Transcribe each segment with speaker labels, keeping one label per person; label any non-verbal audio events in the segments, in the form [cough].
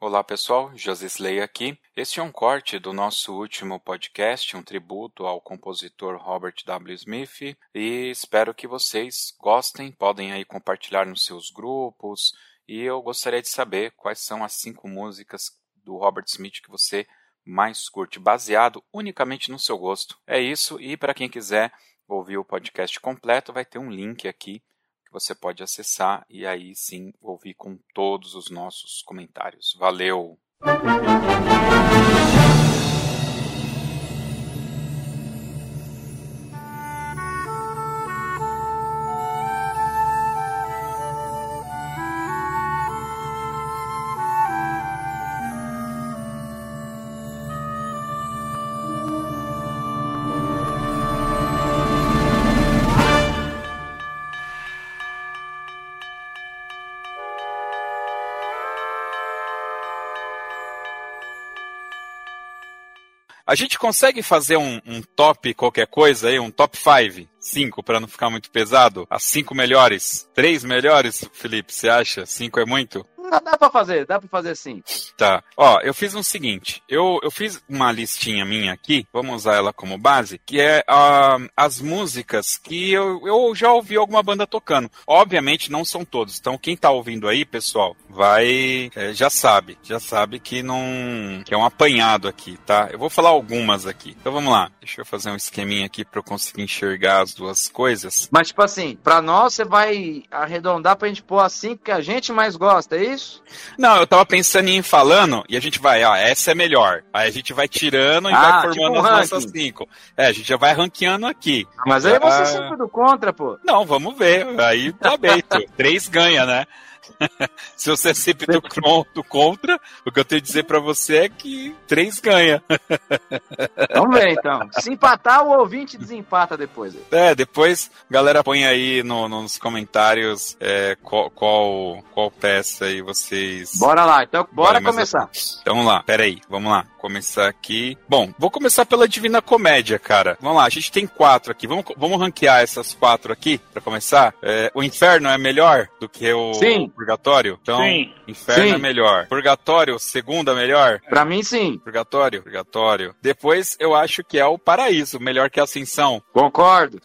Speaker 1: Olá pessoal, José Slay aqui. Este é um corte do nosso último podcast, um tributo ao compositor Robert W. Smith, e espero que vocês gostem, podem aí compartilhar nos seus grupos. E eu gostaria de saber quais são as cinco músicas do Robert Smith que você mais curte, baseado unicamente no seu gosto. É isso, e para quem quiser ouvir o podcast completo, vai ter um link aqui que você pode acessar e aí sim ouvir com todos os nossos comentários. Valeu! A gente consegue fazer um, um, top qualquer coisa aí, um top 5, 5 para não ficar muito pesado? As 5 melhores, 3 melhores, Felipe, você acha? 5 é muito?
Speaker 2: Ah, dá para fazer, dá para fazer sim.
Speaker 1: Tá. Ó, eu fiz o um seguinte, eu, eu fiz uma listinha minha aqui, vamos usar ela como base, que é uh, as músicas que eu, eu já ouvi alguma banda tocando. Obviamente não são todos, então quem tá ouvindo aí, pessoal, vai, é, já sabe, já sabe que não, que é um apanhado aqui, tá? Eu vou falar algumas aqui. Então vamos lá. Deixa eu fazer um esqueminha aqui para eu conseguir enxergar as duas coisas.
Speaker 2: Mas, tipo assim, pra nós você vai arredondar pra gente pôr assim que a gente mais gosta, é isso?
Speaker 1: Não, eu tava pensando em ir falando e a gente vai, ó, essa é melhor. Aí a gente vai tirando e
Speaker 2: Ah,
Speaker 1: vai formando
Speaker 2: tipo um
Speaker 1: as nossas
Speaker 2: ranking.
Speaker 1: cinco. É, a gente já vai ranqueando aqui.
Speaker 2: Mas aí você
Speaker 1: Ah.
Speaker 2: sempre do contra, pô.
Speaker 1: Não, vamos ver. Aí tá
Speaker 2: [laughs]
Speaker 1: aberto. Três ganha, né? [laughs] Se você é sempre do, cron- do contra, o que eu tenho a dizer pra você é que três ganha.
Speaker 2: Vamos ver então. Se empatar, o ouvinte desempata depois.
Speaker 1: É, depois, galera, põe aí no- nos comentários é, qual, qual, qual peça aí vocês.
Speaker 2: Bora lá, então bora
Speaker 1: Bora, mas
Speaker 2: começar.
Speaker 1: Então vamos lá, peraí, vamos lá. Começar aqui. Bom, vou começar pela Divina Comédia, cara. Vamos lá, a gente tem quatro aqui. Vamos, vamos ranquear essas quatro aqui, pra começar? É, o Inferno é melhor do que o
Speaker 2: Sim.
Speaker 1: Purgatório? Então,
Speaker 3: Sim.
Speaker 1: Inferno
Speaker 2: Sim.
Speaker 1: é melhor. Purgatório, segunda melhor.
Speaker 2: Pra mim, sim.
Speaker 1: Purgatório, purgatório. Depois eu acho que é o paraíso, melhor que a ascensão.
Speaker 2: Concordo.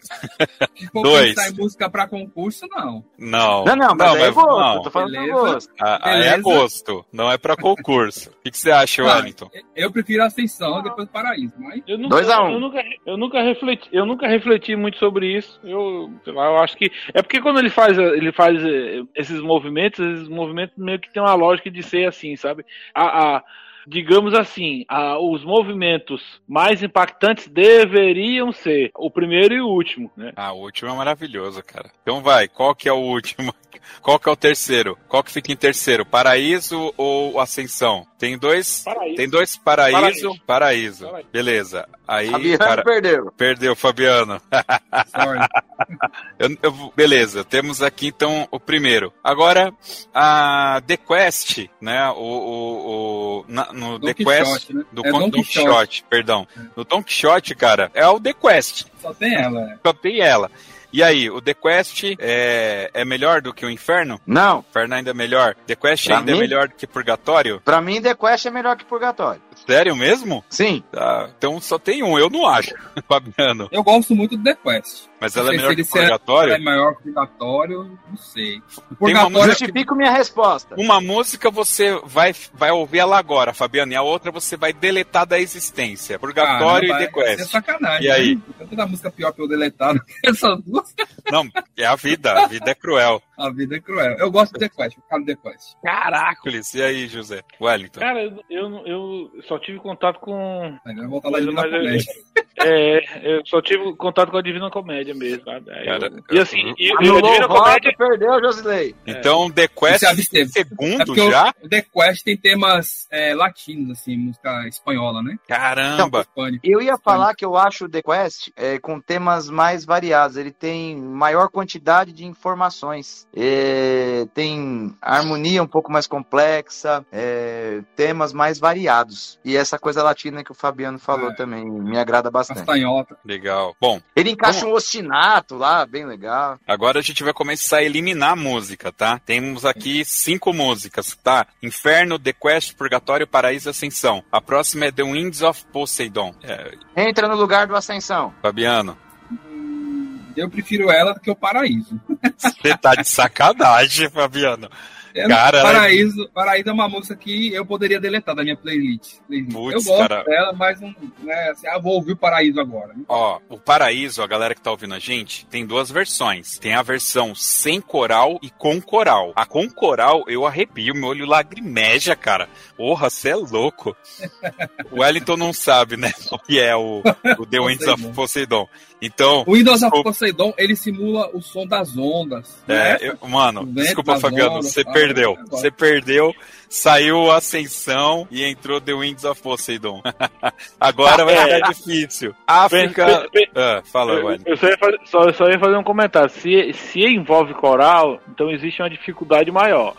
Speaker 3: Vou
Speaker 1: Dois.
Speaker 3: pensar em música pra concurso, não.
Speaker 1: Não.
Speaker 2: Não, não, mas é gosto.
Speaker 1: não.
Speaker 2: eu tô falando do
Speaker 3: Beleza.
Speaker 2: gosto.
Speaker 1: Ah, ah, é
Speaker 3: Beleza.
Speaker 1: gosto, não é pra concurso. O que, que você acha,
Speaker 3: Claro.
Speaker 1: Wellington?
Speaker 3: Eu prefiro a Ascensão depois do Paraíso, mas.
Speaker 4: Eu nunca,
Speaker 2: Dois a um.
Speaker 4: eu, nunca, eu nunca refleti, eu nunca refleti muito sobre isso. Eu, sei lá, eu acho que é porque quando ele faz, ele faz eh, esses movimentos, esses movimentos meio que tem uma lógica de ser assim, sabe? A, a- digamos assim, a- os movimentos mais impactantes deveriam ser o primeiro e o último, né?
Speaker 1: Ah, o último é maravilhoso, cara. Então vai, qual que é o último? [laughs] Qual que é o terceiro? Qual que fica em terceiro? Paraíso ou Ascensão? Tem dois,
Speaker 4: Paraíso.
Speaker 1: tem dois paraíso,
Speaker 4: Paraíso.
Speaker 1: paraíso.
Speaker 4: Paraíso.
Speaker 1: Beleza. Aí,
Speaker 2: Fabiano
Speaker 1: para...
Speaker 2: perdeu.
Speaker 1: perdeu, Fabiano.
Speaker 3: Sorry.
Speaker 1: Eu- eu vou- beleza, temos aqui então o primeiro. Agora, a The Quest, né? O, o, o- na- no
Speaker 3: Don
Speaker 1: The Quest.
Speaker 3: Quixote, né?
Speaker 1: Do
Speaker 3: É
Speaker 1: Con-
Speaker 3: Don
Speaker 1: Don
Speaker 3: Quixote.
Speaker 1: Quixote, perdão. No Don Quixote, cara, é o The Quest.
Speaker 3: Só tem ela. é.
Speaker 1: Só tem ela. E aí, o The Quest é, é melhor do que o Inferno? O
Speaker 2: Não,
Speaker 1: Inferno ainda é melhor? The Quest
Speaker 2: Pra
Speaker 1: ainda é
Speaker 2: mim?
Speaker 1: melhor do que Purgatório?
Speaker 2: pra mim, The Quest é melhor que Purgatório.
Speaker 1: Sério mesmo?
Speaker 2: Sim.
Speaker 1: Tá, então só tem um, eu não acho, [laughs] Fabiano.
Speaker 3: Eu gosto muito do The Quest.
Speaker 1: Mas ela é
Speaker 3: Não sei
Speaker 1: melhor
Speaker 3: se
Speaker 1: que
Speaker 3: ele será- Ela é
Speaker 1: Purgatório?
Speaker 3: maior que Purgatório, não sei.
Speaker 1: música-
Speaker 3: Purgatório,
Speaker 2: Justifico minha resposta.
Speaker 1: Uma música você vai, vai ouvir ela agora, Fabiano, e a outra você vai deletar da existência. Purgatório
Speaker 3: é Caramba,
Speaker 1: e The Quest.
Speaker 3: É sacanagem.
Speaker 1: E aí?
Speaker 3: né? Tem Tanta música pior que eu deletado que essas duas.
Speaker 1: Não, é a vida, a vida é cruel.
Speaker 3: A vida é cruel. Eu gosto do The Quest, vou ficar no The Quest.
Speaker 1: Caracoles, e aí, José? Wellington.
Speaker 3: É.
Speaker 4: Cara, eu, eu, eu só tive contato com.
Speaker 3: Aí vai voltar lá de
Speaker 4: Mas-
Speaker 3: na
Speaker 4: mas-
Speaker 3: comédia.
Speaker 4: É, eu só tive contato com a Divina Comédia mesmo. sabe? Aí eu-
Speaker 1: Cara,
Speaker 4: e assim, e, e a
Speaker 2: Anulou
Speaker 4: Divina
Speaker 2: o voto,
Speaker 4: Comédia.
Speaker 2: perdeu, Josilei.
Speaker 1: Então, The Quest
Speaker 3: Você absteve. É
Speaker 1: segundo
Speaker 3: porque eu-
Speaker 1: já?
Speaker 3: O The Quest tem temas é, latinos, assim, música espanhola, né?
Speaker 1: Caramba!
Speaker 3: Hispânica.
Speaker 2: Eu ia falar que eu acho o The Quest é, com temas mais variados. Ele tem maior quantidade de informações. É, tem harmonia um pouco mais complexa, é, temas mais variados. E essa coisa latina que o Fabiano falou
Speaker 3: É.
Speaker 2: também me
Speaker 1: [laughs]
Speaker 2: agrada bastante.
Speaker 3: Castanhota.
Speaker 1: Legal. Bom,
Speaker 2: Ele encaixa um ostinato lá, bem legal.
Speaker 1: agora a gente vai começar a eliminar a música, tá? Temos aqui cinco músicas, tá? Inferno, The Quest, Purgatório, Paraíso e Ascensão. A próxima é The Winds of Poseidon. É,
Speaker 2: Entra no lugar do Ascensão.
Speaker 1: Fabiano,
Speaker 3: Hum, Eu prefiro ela do que o Paraíso.
Speaker 1: você tá de sacanagem, [laughs] Fabiano.
Speaker 3: Eu-
Speaker 1: Cara, ela-
Speaker 3: Paraíso, Paraíso é uma música que eu poderia deletar da minha playlist. playlist.
Speaker 1: Putz,
Speaker 3: eu gosto
Speaker 1: cara.
Speaker 3: dela, mas não não é assim, ah, vou ouvir o Paraíso agora.
Speaker 1: Ó, o Paraíso, a galera que tá ouvindo a gente, tem duas versões. Tem a versão sem coral e com coral. A com coral, eu arrepio, meu olho lagrimeja, cara. Porra, você é louco. O Wellington não sabe, né? [laughs] O que é o, o The Winds of Poseidon. Então,
Speaker 3: O Windows of
Speaker 1: O-
Speaker 3: Poseidon, ele simula o som das ondas.
Speaker 1: é,
Speaker 3: né?
Speaker 1: eu- mano,
Speaker 3: O vento
Speaker 1: desculpa,
Speaker 3: das
Speaker 1: Fabiano,
Speaker 3: ondas,
Speaker 1: você
Speaker 3: ah,
Speaker 1: perdeu.
Speaker 3: agora.
Speaker 1: Você perdeu, saiu a Ascensão e entrou The Winds of Poseidon. [laughs] Agora vai
Speaker 4: É.
Speaker 1: ficar difícil. África. Ah, fala,
Speaker 4: Eu,
Speaker 1: Wellington.
Speaker 4: eu só, ia fazer, só, só ia fazer um comentário. Se, se envolve coral, então existe uma dificuldade maior.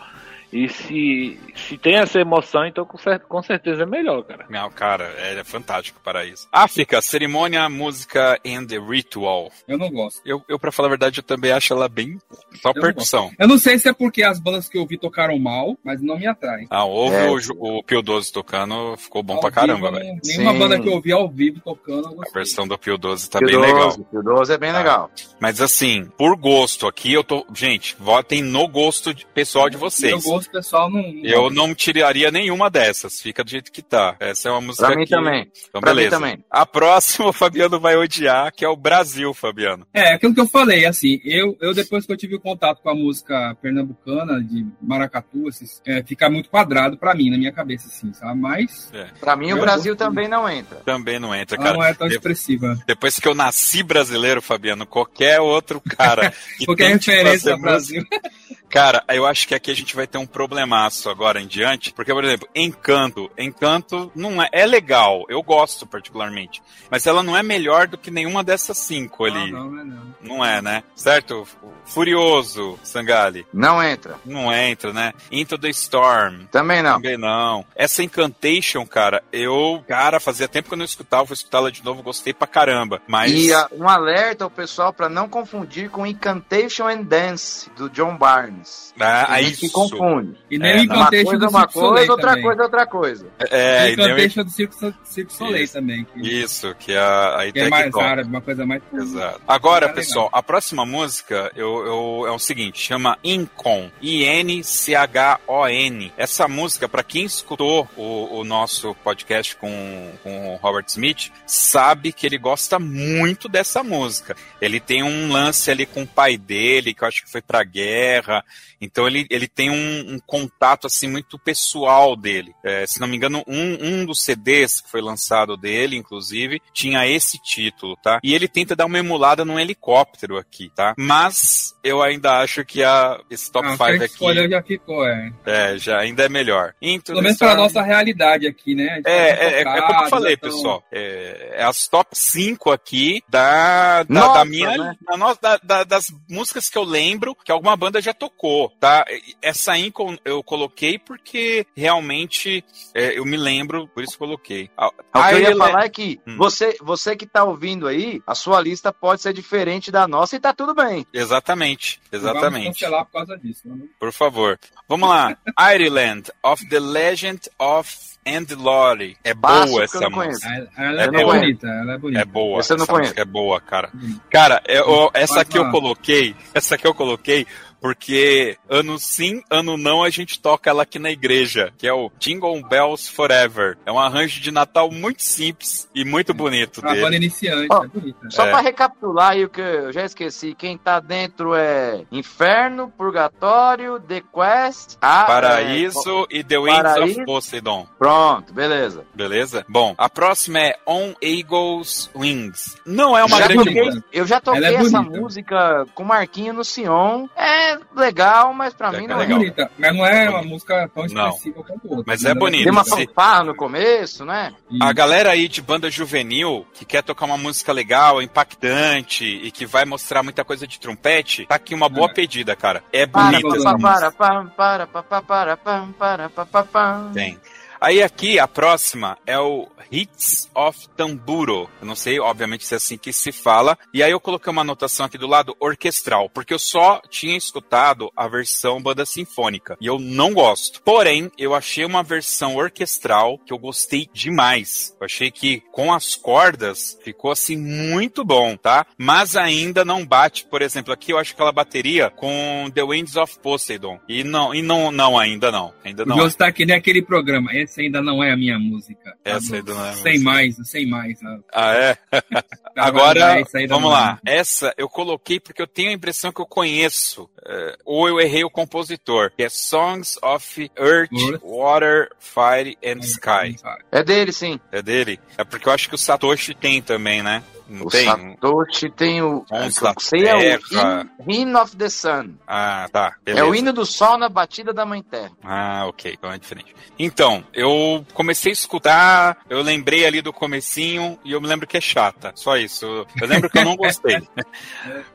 Speaker 4: E se, se tem essa emoção, então com, cer- com certeza é melhor, cara.
Speaker 1: Não, cara, é fantástico o paraíso. África, cerimônia, música and the ritual.
Speaker 3: Eu não gosto.
Speaker 1: Eu, eu para falar a verdade, eu também acho ela bem só
Speaker 3: não
Speaker 1: percussão.
Speaker 3: Eu não sei se é porque as bandas que eu vi tocaram mal, mas não me atraem.
Speaker 1: Ah, ouve
Speaker 2: É.
Speaker 1: o, Ju- o Pio 12 tocando, ficou bom
Speaker 3: Ao
Speaker 1: pra caramba,
Speaker 3: vivo, né?
Speaker 1: velho.
Speaker 3: não- Nenhuma
Speaker 2: Sim.
Speaker 3: banda que eu vi ao vivo tocando, eu
Speaker 1: A
Speaker 3: gostei.
Speaker 1: versão do Pio 12 tá
Speaker 2: Pio
Speaker 1: bem
Speaker 2: 12,
Speaker 1: legal.
Speaker 2: Pio 12 é bem
Speaker 1: Tá.
Speaker 2: legal.
Speaker 1: Mas assim, por gosto aqui, eu tô. Gente, votem no gosto de- pessoal de
Speaker 3: Meu
Speaker 1: vocês.
Speaker 3: gosto pessoal não.
Speaker 1: Eu não tiraria nenhuma dessas, fica do jeito que tá. Essa é uma música
Speaker 2: Pra mim
Speaker 1: que-
Speaker 2: também.
Speaker 1: Então,
Speaker 2: pra mim
Speaker 1: beleza.
Speaker 2: também.
Speaker 1: A próxima [laughs] o Fabiano vai odiar, que é o Brasil, Fabiano.
Speaker 3: É, aquilo que eu falei, assim, eu, eu depois que eu tive contato com a música pernambucana, de maracatu, esses, é, fica muito quadrado pra mim, na minha cabeça, assim, sabe? Mas
Speaker 2: Pra mim o
Speaker 3: Eu
Speaker 2: Brasil
Speaker 3: gosto.
Speaker 2: também não entra.
Speaker 1: Também não entra,
Speaker 3: ela
Speaker 1: cara.
Speaker 3: não é tão
Speaker 1: eu-
Speaker 3: expressiva.
Speaker 1: Depois que eu nasci brasileiro, Fabiano, qualquer outro
Speaker 3: [laughs]
Speaker 1: cara que
Speaker 3: Qualquer
Speaker 1: tente
Speaker 3: referência
Speaker 1: fazer
Speaker 3: ao Brasil.
Speaker 1: música- Cara, eu acho que aqui a gente vai ter um problemaço agora em diante, porque, por exemplo, Encanto. Encanto não é, é legal, eu gosto particularmente, mas ela não é melhor do que nenhuma dessas cinco ali. não.
Speaker 3: [laughs] Não, não, não.
Speaker 1: é, né? Certo? Furioso, Sangali.
Speaker 2: Não entra.
Speaker 1: Não entra, né? Into the Storm.
Speaker 2: Também não.
Speaker 1: Também não. Essa Incantation, cara, eu, cara, fazia tempo que eu não escutava, vou escutá-la de novo, gostei pra caramba. Mas.
Speaker 2: E ah, um alerta ao pessoal pra não confundir com Incantation and Dance, do John Barnes.
Speaker 1: Ah,
Speaker 2: Tem gente
Speaker 1: isso.
Speaker 2: que confunde.
Speaker 3: E
Speaker 1: É,
Speaker 3: nem o
Speaker 1: não.
Speaker 2: Uma
Speaker 3: Incantation
Speaker 2: coisa é
Speaker 3: do
Speaker 2: uma
Speaker 3: Circo Soleil
Speaker 2: coisa, outra
Speaker 3: também.
Speaker 2: coisa é outra coisa.
Speaker 1: É,
Speaker 3: O
Speaker 1: e deu-
Speaker 3: Incantation do Circo, So- Circo Soleil
Speaker 1: Isso.
Speaker 3: também, que,
Speaker 1: Isso, que a, a
Speaker 3: que é
Speaker 1: ideia
Speaker 3: mais
Speaker 1: que gosta.
Speaker 3: árabe, uma coisa mais...
Speaker 1: Exato. Agora,
Speaker 3: Ah, legal.
Speaker 1: pessoal, a próxima música eu, eu- é o seguinte, chama Incon, I-N-C-H-O-N. Essa música, pra quem escutou o, o nosso podcast com, com o Robert Smith, sabe que ele gosta muito dessa música. Ele tem um lance ali com o pai dele, que eu acho que foi pra guerra, então ele, ele tem um, um contato assim muito pessoal dele. É, se não me engano, um, um dos CDs que foi lançado dele, inclusive, tinha esse título, tá? E ele tenta dar uma emulada num helicóptero aqui, tá? Mas eu ainda acho que a, esse top
Speaker 3: Ah,
Speaker 1: 5
Speaker 3: Circo
Speaker 1: aqui
Speaker 3: Soleil já ficou, é.
Speaker 1: é, já ainda é melhor. Into
Speaker 3: Pelo
Speaker 1: the
Speaker 3: menos pra
Speaker 1: Storm-
Speaker 3: nossa realidade aqui, né? A gente tá
Speaker 1: é, é, é, é como eu
Speaker 3: focado,
Speaker 2: né,
Speaker 1: falei,
Speaker 3: então-
Speaker 1: pessoal. É, é as top 5 aqui da, da,
Speaker 2: Nossa,
Speaker 1: da minha.
Speaker 2: né?
Speaker 1: da nossa- da- da- das músicas que eu lembro que alguma banda já tocou, tá? E- Essa Incon eu coloquei porque realmente é, eu me lembro, por isso coloquei. A-
Speaker 2: O que eu ia
Speaker 1: Ireland-
Speaker 2: falar é que
Speaker 1: Hum.
Speaker 2: você, você que tá ouvindo aí, a sua lista pode ser diferente da nossa e tá tudo bem.
Speaker 1: Exatamente,
Speaker 3: Não vamos
Speaker 1: exatamente.
Speaker 3: cancelar por causa disso, né?
Speaker 1: Por favor. Vamos lá. [laughs] Ireland of the Legend of Andlori. É boa
Speaker 2: Baço, porque eu
Speaker 1: essa
Speaker 2: não conheço.
Speaker 1: música.
Speaker 3: Ela, ela é,
Speaker 1: É
Speaker 2: boa.
Speaker 3: bonita, ela é bonita.
Speaker 1: É boa.
Speaker 2: Essa eu não
Speaker 1: essa
Speaker 2: conheço.
Speaker 1: música é boa, cara.
Speaker 3: Hum.
Speaker 1: Cara, é, ó, essa
Speaker 3: Faz
Speaker 1: que eu
Speaker 3: uma-
Speaker 1: coloquei, essa que eu coloquei, porque ano sim, ano não, a gente toca ela aqui na igreja, que é o Jingle Bells Forever. É um arranjo de Natal muito simples e muito bonito
Speaker 3: A é banda
Speaker 1: dele.
Speaker 3: iniciante,
Speaker 2: Ó,
Speaker 3: é bonita.
Speaker 2: Só
Speaker 1: É.
Speaker 2: pra recapitular aí o que eu já esqueci, quem tá dentro é Inferno, Purgatório, The Quest, a, é,
Speaker 1: Paraíso e The Winds
Speaker 2: Paraíso.
Speaker 1: of Poseidon.
Speaker 2: pronto, beleza.
Speaker 1: Beleza? Bom, a próxima é On Eagle's Wings. Não é uma
Speaker 2: Já
Speaker 1: grande
Speaker 2: toquei.
Speaker 1: música.
Speaker 2: Eu já toquei
Speaker 3: Ela é
Speaker 2: essa
Speaker 3: bonita.
Speaker 2: música com Marquinho no Sion. É legal, mas pra
Speaker 1: É,
Speaker 2: mim
Speaker 1: é
Speaker 2: não é.
Speaker 1: legal.
Speaker 3: bonita, mas não é uma
Speaker 1: Bonita.
Speaker 3: música tão
Speaker 1: Não.
Speaker 3: expressiva quanto outra. né?
Speaker 1: Mas é bonita.
Speaker 2: Tem uma
Speaker 1: Sim. Ah,
Speaker 2: fanfarra no começo, né?
Speaker 1: A galera aí de banda juvenil que quer tocar uma música legal, impactante e que vai mostrar muita coisa de trompete, tá aqui uma boa
Speaker 3: É.
Speaker 1: pedida, cara. É
Speaker 2: Para,
Speaker 1: bonita
Speaker 3: Bonito,
Speaker 2: pa,
Speaker 1: essa
Speaker 2: pa,
Speaker 1: música.
Speaker 2: para, pam, para, pa, pa, para, pam, para, pa, pa, pam.
Speaker 1: Tem. Aí aqui, a próxima é o Hits of Tamburo. Eu não sei, obviamente, se é assim que se fala. E aí eu coloquei uma anotação aqui do lado, orquestral, porque eu só tinha escutado a versão banda sinfônica. E eu não gosto. Porém, eu achei uma versão orquestral que eu gostei demais. Eu achei que com as cordas ficou assim muito bom, tá? Mas ainda não bate, por exemplo, aqui eu acho que ela bateria com The Winds of Poseidon. E não, e não, não ainda não. Ainda não.
Speaker 3: Você tá que nem aquele programa. Essa ainda não é a minha música.
Speaker 1: Essa
Speaker 3: Ah,
Speaker 1: ainda não é a
Speaker 3: Sem
Speaker 1: música.
Speaker 3: mais, sem mais. ah.
Speaker 1: Ah, é?
Speaker 3: Tá, Vai,
Speaker 1: Agora,
Speaker 3: essa ainda
Speaker 1: vamos
Speaker 3: não é.
Speaker 1: lá. Essa eu coloquei porque eu tenho a impressão que eu conheço. é, ou eu errei o compositor. Que é Songs of Earth,
Speaker 3: Earth.
Speaker 1: Water, Fire and Sky.
Speaker 2: É dele, sim.
Speaker 1: É dele? É porque eu acho que o Satoshi tem também, né? Não
Speaker 2: o
Speaker 1: tem?
Speaker 2: Satoshi tem o.
Speaker 1: Monstro
Speaker 2: que eu sei é o
Speaker 1: Terra.
Speaker 2: Hymn- Hymn of the Sun.
Speaker 1: Ah, tá.
Speaker 2: É
Speaker 1: Beleza.
Speaker 2: o hino do sol na batida da mãe terra.
Speaker 1: Ah, ok. Então é diferente. Então, eu comecei a escutar, eu lembrei ali do comecinho e eu me lembro que é chata. Só isso. Eu- Eu lembro que eu não gostei.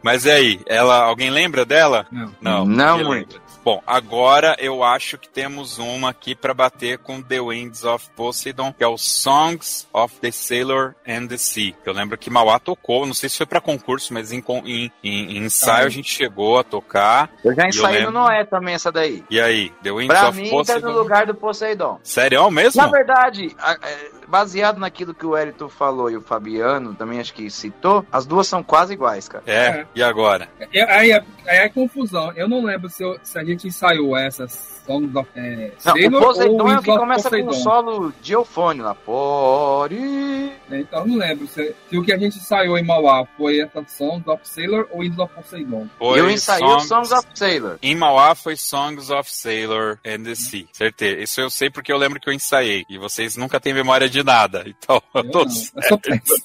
Speaker 1: Mas e aí? Ela, alguém lembra dela?
Speaker 3: Não.
Speaker 1: Não.
Speaker 2: Não
Speaker 1: ninguém
Speaker 2: muito.
Speaker 1: lembra. Bom, agora eu acho que temos uma aqui pra bater com The Winds of Poseidon, que é o Songs of the Sailor and the Sea. Eu lembro que Mauá tocou, não sei se foi pra concurso, mas em, con- em- em- em
Speaker 2: Ah.
Speaker 1: ensaio a gente chegou a tocar.
Speaker 2: Eu já
Speaker 1: eu
Speaker 2: ensaiei no
Speaker 1: lembro.
Speaker 2: Noé também essa daí.
Speaker 1: E aí? The Winds
Speaker 2: Pra
Speaker 1: of
Speaker 2: mim, tá no
Speaker 1: Poseidon?
Speaker 2: lugar do Poseidon.
Speaker 1: Sério é mesmo?
Speaker 2: Na verdade, a- é, baseado naquilo que o Elito falou e o Fabiano também acho que citou, as duas são quase iguais, cara.
Speaker 1: É,
Speaker 3: É.
Speaker 1: e agora?
Speaker 3: Eu- aí, é- aí é confusão. Eu não lembro se, eu- se a gente ensaiou essa Songs of é,
Speaker 2: Não,
Speaker 3: Sailor
Speaker 2: o Poseidon
Speaker 3: ou
Speaker 2: é o que
Speaker 3: Winds of
Speaker 2: começa com
Speaker 3: Poseidon.
Speaker 2: o solo de eufônio lá. Pori.
Speaker 3: né? Então eu não lembro se, se o que a gente ensaiou em Mauá foi essa Songs of Sailor ou Winds of Poseidon.
Speaker 1: Foi
Speaker 2: eu ensaiei o Songs of Sailor.
Speaker 1: Em Mauá foi Songs of Sailor and the Sea. Certeza. Isso eu sei porque eu lembro que eu ensaiei. E vocês nunca têm memória de nada. [laughs] Então, eu tô...
Speaker 3: não, eu sou péssimo.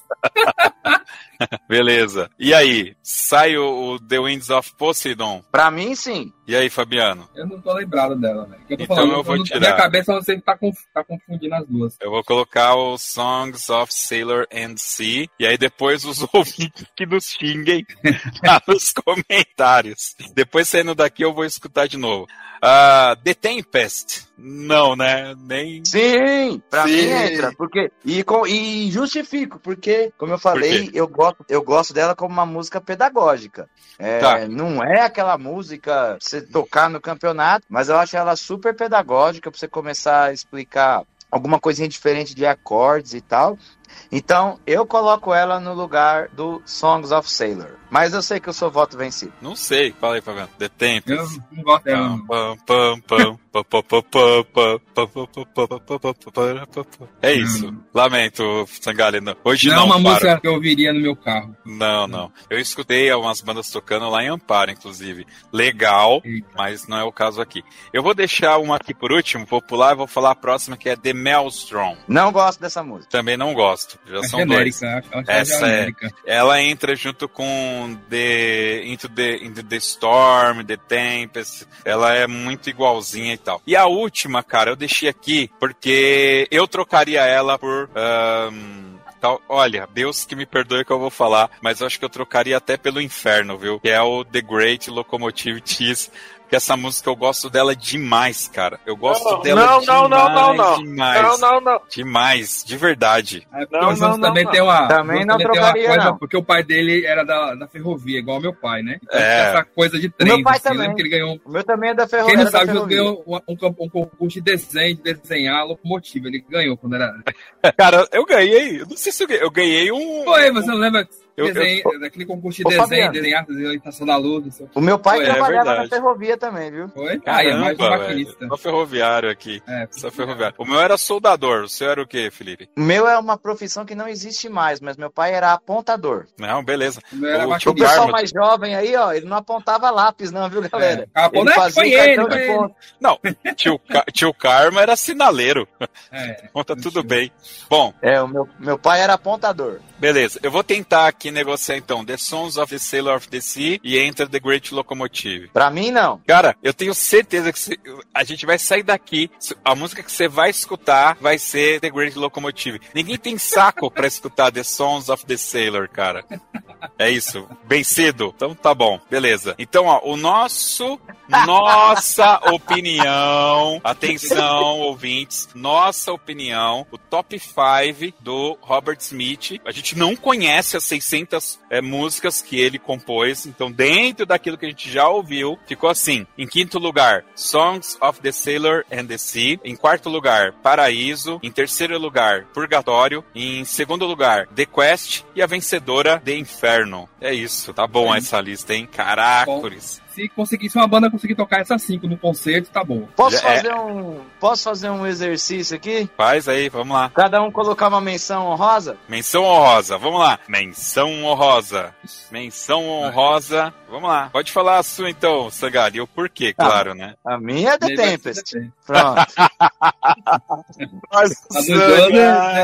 Speaker 1: Beleza. E aí? Sai o, o The Winds of Poseidon?
Speaker 2: Pra mim, sim.
Speaker 1: E aí, Fabiano?
Speaker 3: Eu não tô lembrado dela, velho. Que Eu tô
Speaker 1: Então
Speaker 3: falando,
Speaker 1: eu vou
Speaker 3: não-
Speaker 1: tirar.
Speaker 3: Minha cabeça você tá, conf- tá confundindo as duas.
Speaker 1: Eu vou colocar o Songs of Sailor and Sea. E aí depois os [laughs] ouvintes que nos xinguem [laughs] lá nos comentários. Depois saindo daqui eu vou escutar de novo. Ah, The Tempest? Não, né? Nem...
Speaker 2: Sim, pra
Speaker 1: Sim.
Speaker 2: mim entra, porque e, com- e justifico, porque como eu
Speaker 1: Por
Speaker 2: falei, eu gosto, eu gosto dela como uma música pedagógica. É,
Speaker 1: Tá.
Speaker 2: Não é aquela música pra você tocar no campeonato, mas eu acho ela super pedagógica pra você começar a explicar alguma coisinha diferente de acordes e tal. Então eu coloco ela no lugar do Songs of Sailor. Mas eu sei que eu sou voto vencido.
Speaker 1: Não sei. Fala aí, Fabiano. The Tempest.
Speaker 3: Eu não gosto dela, não.
Speaker 1: [laughs] É isso. Lamento, Sangalha. não. Hoje
Speaker 3: Hum. Não, é
Speaker 1: não,
Speaker 3: uma
Speaker 1: Faro.
Speaker 3: música que eu ouviria no meu carro.
Speaker 1: Não, não. Eu escutei algumas bandas tocando lá em Amparo, inclusive. Legal,
Speaker 3: Eita.
Speaker 1: mas não é o caso aqui. Eu vou deixar uma aqui por último, vou pular e vou falar a próxima, que é The Maelstrom.
Speaker 2: Não gosto dessa música.
Speaker 1: Também não gosto. Já
Speaker 3: [laughs] É
Speaker 1: Então são dois.
Speaker 3: genérica, acho acho que é
Speaker 1: Essa é-
Speaker 3: genérica.
Speaker 1: Ela entra junto com The Into the, Into the Storm, The Tempest. Ela é muito igualzinha e tal. E a última, cara, eu deixei aqui porque eu trocaria ela por. ahn, tal- olha, Deus que me perdoe que eu vou falar, mas eu acho que eu trocaria até pelo inferno, viu? Que é o The Great Locomotive Cheese. Que essa música eu gosto dela demais, cara. Eu gosto
Speaker 4: Não,
Speaker 1: dela
Speaker 4: não,
Speaker 1: demais,
Speaker 4: não, não, não, não.
Speaker 1: demais.
Speaker 4: Não, não, não.
Speaker 1: Demais, de verdade.
Speaker 3: É, porque
Speaker 4: Não,
Speaker 3: o Jonas
Speaker 4: não, não,
Speaker 3: também
Speaker 4: não.
Speaker 3: tem uma.
Speaker 2: Também
Speaker 3: o Jonas
Speaker 2: não
Speaker 3: tem uma
Speaker 2: trocaria,
Speaker 3: coisa-
Speaker 2: não.
Speaker 3: Porque o pai dele era da, da ferrovia, igual meu pai, né? Então,
Speaker 1: É.
Speaker 3: Essa coisa de
Speaker 2: meu
Speaker 3: trem.
Speaker 2: pai
Speaker 3: assim, eu
Speaker 2: também.
Speaker 3: lembro que ele ganhou.
Speaker 2: O meu também é da Ferro-
Speaker 3: Quem não
Speaker 2: era da
Speaker 3: sabe, ele
Speaker 2: Ferrovia.
Speaker 3: ganhou um, um- um concurso de desenho, de desenhar locomotiva. Ele ganhou quando era.
Speaker 1: Cara, eu ganhei. eu Não sei se eu ganhei. Eu ganhei um.
Speaker 3: Foi, você não lembra?
Speaker 1: Eu- eu-
Speaker 3: Desenho, daquele concurso de
Speaker 2: Ô,
Speaker 3: desenho,
Speaker 2: Fabiano.
Speaker 3: desenhar, desenhar a estação da luz, não sei o que
Speaker 2: O meu pai
Speaker 1: É, é
Speaker 2: trabalhava na
Speaker 1: verdade.
Speaker 2: ferrovia também, viu?
Speaker 3: foi. Ah, é mais um
Speaker 1: Caramba, velho.
Speaker 3: maquinista.
Speaker 1: Só ferroviário aqui.
Speaker 3: É,
Speaker 1: Só ferroviário. O meu era soldador. O seu era o quê, Felipe?
Speaker 2: O meu é uma profissão que não existe mais, mas meu pai era apontador.
Speaker 1: Não, beleza.
Speaker 3: o meu era
Speaker 1: O
Speaker 2: O
Speaker 1: Tipo
Speaker 3: maquinista.
Speaker 2: pessoal
Speaker 1: Garmin.
Speaker 2: mais jovem aí, ó, ele não apontava lápis, não, viu, galera?
Speaker 3: É. Ah, pô,
Speaker 2: Ele
Speaker 3: né?
Speaker 2: fazia
Speaker 3: Foi
Speaker 2: o
Speaker 3: ele,
Speaker 2: cartão de
Speaker 3: foi ele.
Speaker 2: ponto.
Speaker 1: Tio,
Speaker 3: [laughs]
Speaker 1: Ca- tio Karma era sinaleiro.
Speaker 3: É.
Speaker 1: Então tá tudo bem. Bom,
Speaker 2: É, o meu, meu pai era apontador.
Speaker 1: beleza. Eu vou tentar aqui negociar então The Sons of the Sailor of the Sea e Enter the Great Locomotive.
Speaker 2: Pra mim, não.
Speaker 1: Cara, eu tenho certeza que se- a gente vai sair daqui. A música que você vai escutar vai ser The Great Locomotive. Ninguém tem saco pra escutar The Sons of the Sailor, cara. É isso. Bem cedo. Então tá bom. Beleza. Então, ó, o nosso. Nossa opinião. Atenção, ouvintes. Nossa opinião. O top 5 do Robert Smith. A gente não conhece as 600 é, músicas que ele compôs. Então, dentro daquilo que a gente já ouviu, ficou assim. Em quinto lugar, Songs of the Sailor and the Sea. Em quarto lugar, Paraíso. Em terceiro lugar, Purgatório. Em segundo lugar, The Quest. E a vencedora, The Inferno. É isso. Tá bom
Speaker 3: Sim.
Speaker 1: essa lista, hein? Caracoles.
Speaker 3: Se conseguir, se uma banda conseguir tocar essas cinco no concerto, tá bom.
Speaker 2: Posso
Speaker 1: Já
Speaker 2: fazer, um, posso fazer um exercício aqui?
Speaker 1: Faz aí, vamos lá.
Speaker 2: Cada um colocar uma menção honrosa?
Speaker 1: Menção honrosa, vamos lá. Menção honrosa. Menção honrosa. Vamos lá. Pode falar a sua então, Sagali. O porquê, claro, né?
Speaker 2: A minha é The
Speaker 3: Negócio
Speaker 2: Tempest.
Speaker 3: da Tempest.
Speaker 2: Pronto.
Speaker 3: A do Gunner, Tá né,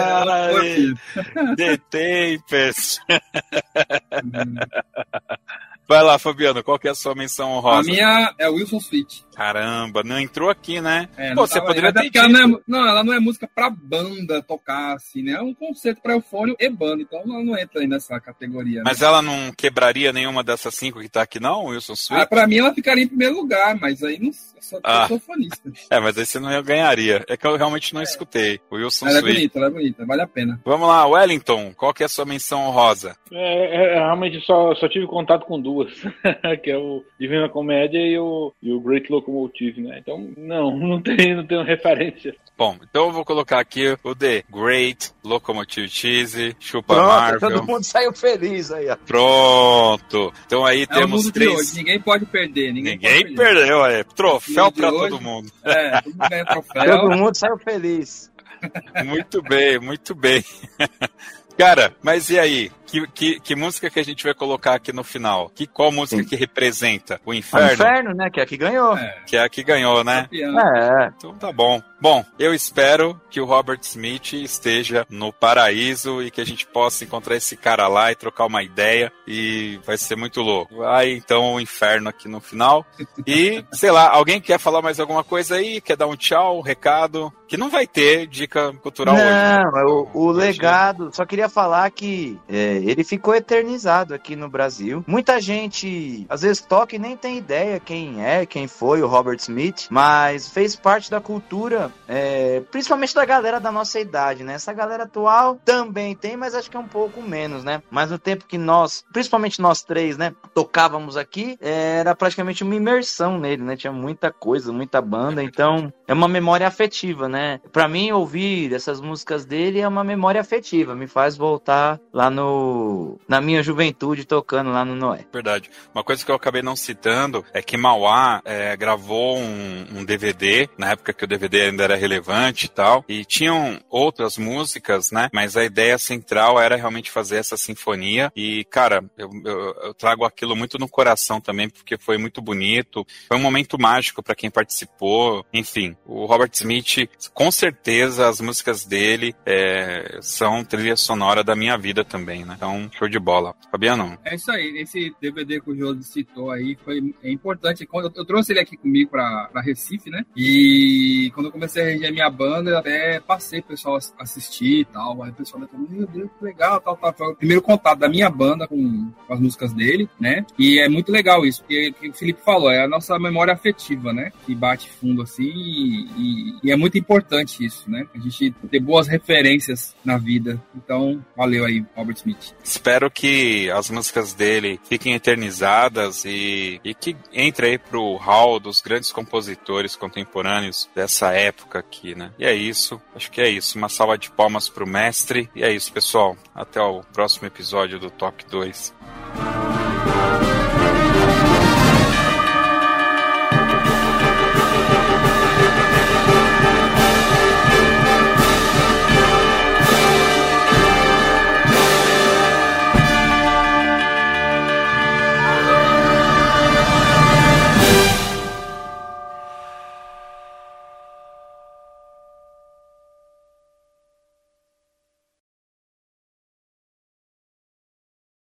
Speaker 3: ela
Speaker 1: Sagali,
Speaker 3: foi-
Speaker 1: The Tempest. [laughs] Vai lá, Fabiano, qual que é a sua menção
Speaker 3: A
Speaker 1: honrosa?
Speaker 3: minha é Wilson Sweet.
Speaker 1: Caramba, não entrou aqui, né?
Speaker 3: É,
Speaker 1: Pô,
Speaker 3: não
Speaker 1: você
Speaker 3: tava-
Speaker 1: poderia
Speaker 3: até
Speaker 1: ter
Speaker 3: porque ela não, é, não, ela não é música pra banda tocar, assim, né? É um concerto pra eufônio e banda, então ela não entra aí nessa categoria. né?
Speaker 1: Mas ela não quebraria nenhuma dessas cinco que tá aqui, não, Wilson
Speaker 3: Ah,
Speaker 1: Sweet?
Speaker 3: pra mim ela ficaria em primeiro lugar, mas aí não eu sou,
Speaker 1: Ah.
Speaker 3: eu sou fanista.
Speaker 1: É, mas aí você não ganharia. É que eu realmente não escutei. Wilson
Speaker 3: Ela é
Speaker 1: Sweet.
Speaker 3: bonita, ela é bonita, vale a pena.
Speaker 1: Vamos lá, Wellington, qual que é a sua menção honrosa?
Speaker 4: É, é, realmente só, só tive contato com duas, [laughs] que é o Divina Comédia e o, e o Great Locomotive, né? Então, não, [laughs] não tenho, não tenho referência.
Speaker 1: Bom, então eu vou colocar aqui o The Great Locomotive Cheese, Chupa
Speaker 2: Pronto,
Speaker 1: Marvel.
Speaker 2: todo mundo saiu feliz aí, ó.
Speaker 1: Pronto. Então aí
Speaker 3: é o
Speaker 1: temos
Speaker 3: mundo de
Speaker 1: três.
Speaker 3: hoje, ninguém pode perder. Ninguém,
Speaker 1: Ninguém
Speaker 3: pode perder.
Speaker 1: perdeu, é. Troféu
Speaker 3: Mundo de
Speaker 1: pra
Speaker 3: hoje.
Speaker 1: todo mundo.
Speaker 3: É, todo mundo ganha troféu.
Speaker 2: Todo mundo saiu feliz.
Speaker 1: Muito bem, muito bem. [laughs] Cara, mas e aí? Que, que, que música que a gente vai colocar aqui no final? Que, qual música
Speaker 2: Sim.
Speaker 1: que representa? O
Speaker 2: Inferno.
Speaker 1: Inferno?
Speaker 2: Inferno, né? Que é que ganhou. É.
Speaker 3: É,
Speaker 1: Que é a que ganhou, né?
Speaker 3: campeão.
Speaker 2: é.
Speaker 1: Então tá bom. Bom, eu espero que o Robert Smith esteja no paraíso e que a gente possa encontrar esse cara lá e trocar uma ideia e vai ser muito louco. Vai então o inferno aqui no final. E, [laughs] sei lá, alguém quer falar mais alguma coisa aí? Quer dar um tchau, um recado? Que não vai ter dica cultural hoje. né?
Speaker 2: Não, é o, o
Speaker 1: Hoje, né?
Speaker 2: legado. Só queria falar que é, ele ficou eternizado aqui no Brasil. Muita gente, às vezes, toca e nem tem ideia quem é, quem foi o Robert Smith, mas fez parte da cultura, é, principalmente da galera da nossa idade, né? Essa galera atual também tem, mas acho que é um pouco menos, né? Mas no tempo que nós, principalmente nós três, né, tocávamos aqui, era praticamente uma imersão nele, né? Tinha muita coisa, muita banda, então é uma memória afetiva, né? Pra mim, ouvir essas músicas dele é uma memória afetiva, me faz voltar lá no. na minha juventude tocando lá no Noé.
Speaker 1: Verdade. Uma coisa que eu acabei não citando é que Mauá eh, gravou um, um DVD, na época que o DVD ainda era relevante e tal, e tinham outras músicas, né? Mas a ideia central era realmente fazer essa sinfonia. E, cara, eu, eu- eu trago aquilo muito no coração também, porque foi muito bonito. Foi um momento mágico para quem participou. Enfim, o Robert Smith, com certeza, as músicas dele eh, são trilha sonora da minha vida também, né? Então, show de bola. Fabiano,
Speaker 3: É isso aí, esse DVD que o Jô citou aí foi é importante. Quando eu, eu trouxe ele aqui comigo pra, pra Recife, né? E quando eu comecei a reger minha banda, eu até passei pro pessoal ass- assistir e tal. Aí o pessoal falou, meu Deus, que legal, tal, tal. Foi o primeiro contato da minha banda com, com as músicas dele, né? E é muito legal isso, porque o que o Felipe falou, é a nossa memória afetiva, né? Que bate fundo assim e, e- e é muito importante isso, né? A gente ter boas referências na vida. Então, valeu aí, Robert Smith.
Speaker 1: Espero que as músicas dele fiquem eternizadas e, e que entre aí pro hall dos grandes compositores contemporâneos dessa época aqui, né? E é isso. Acho que é isso. Uma salva de palmas pro mestre. E é isso, pessoal. Até o próximo episódio do Top 2.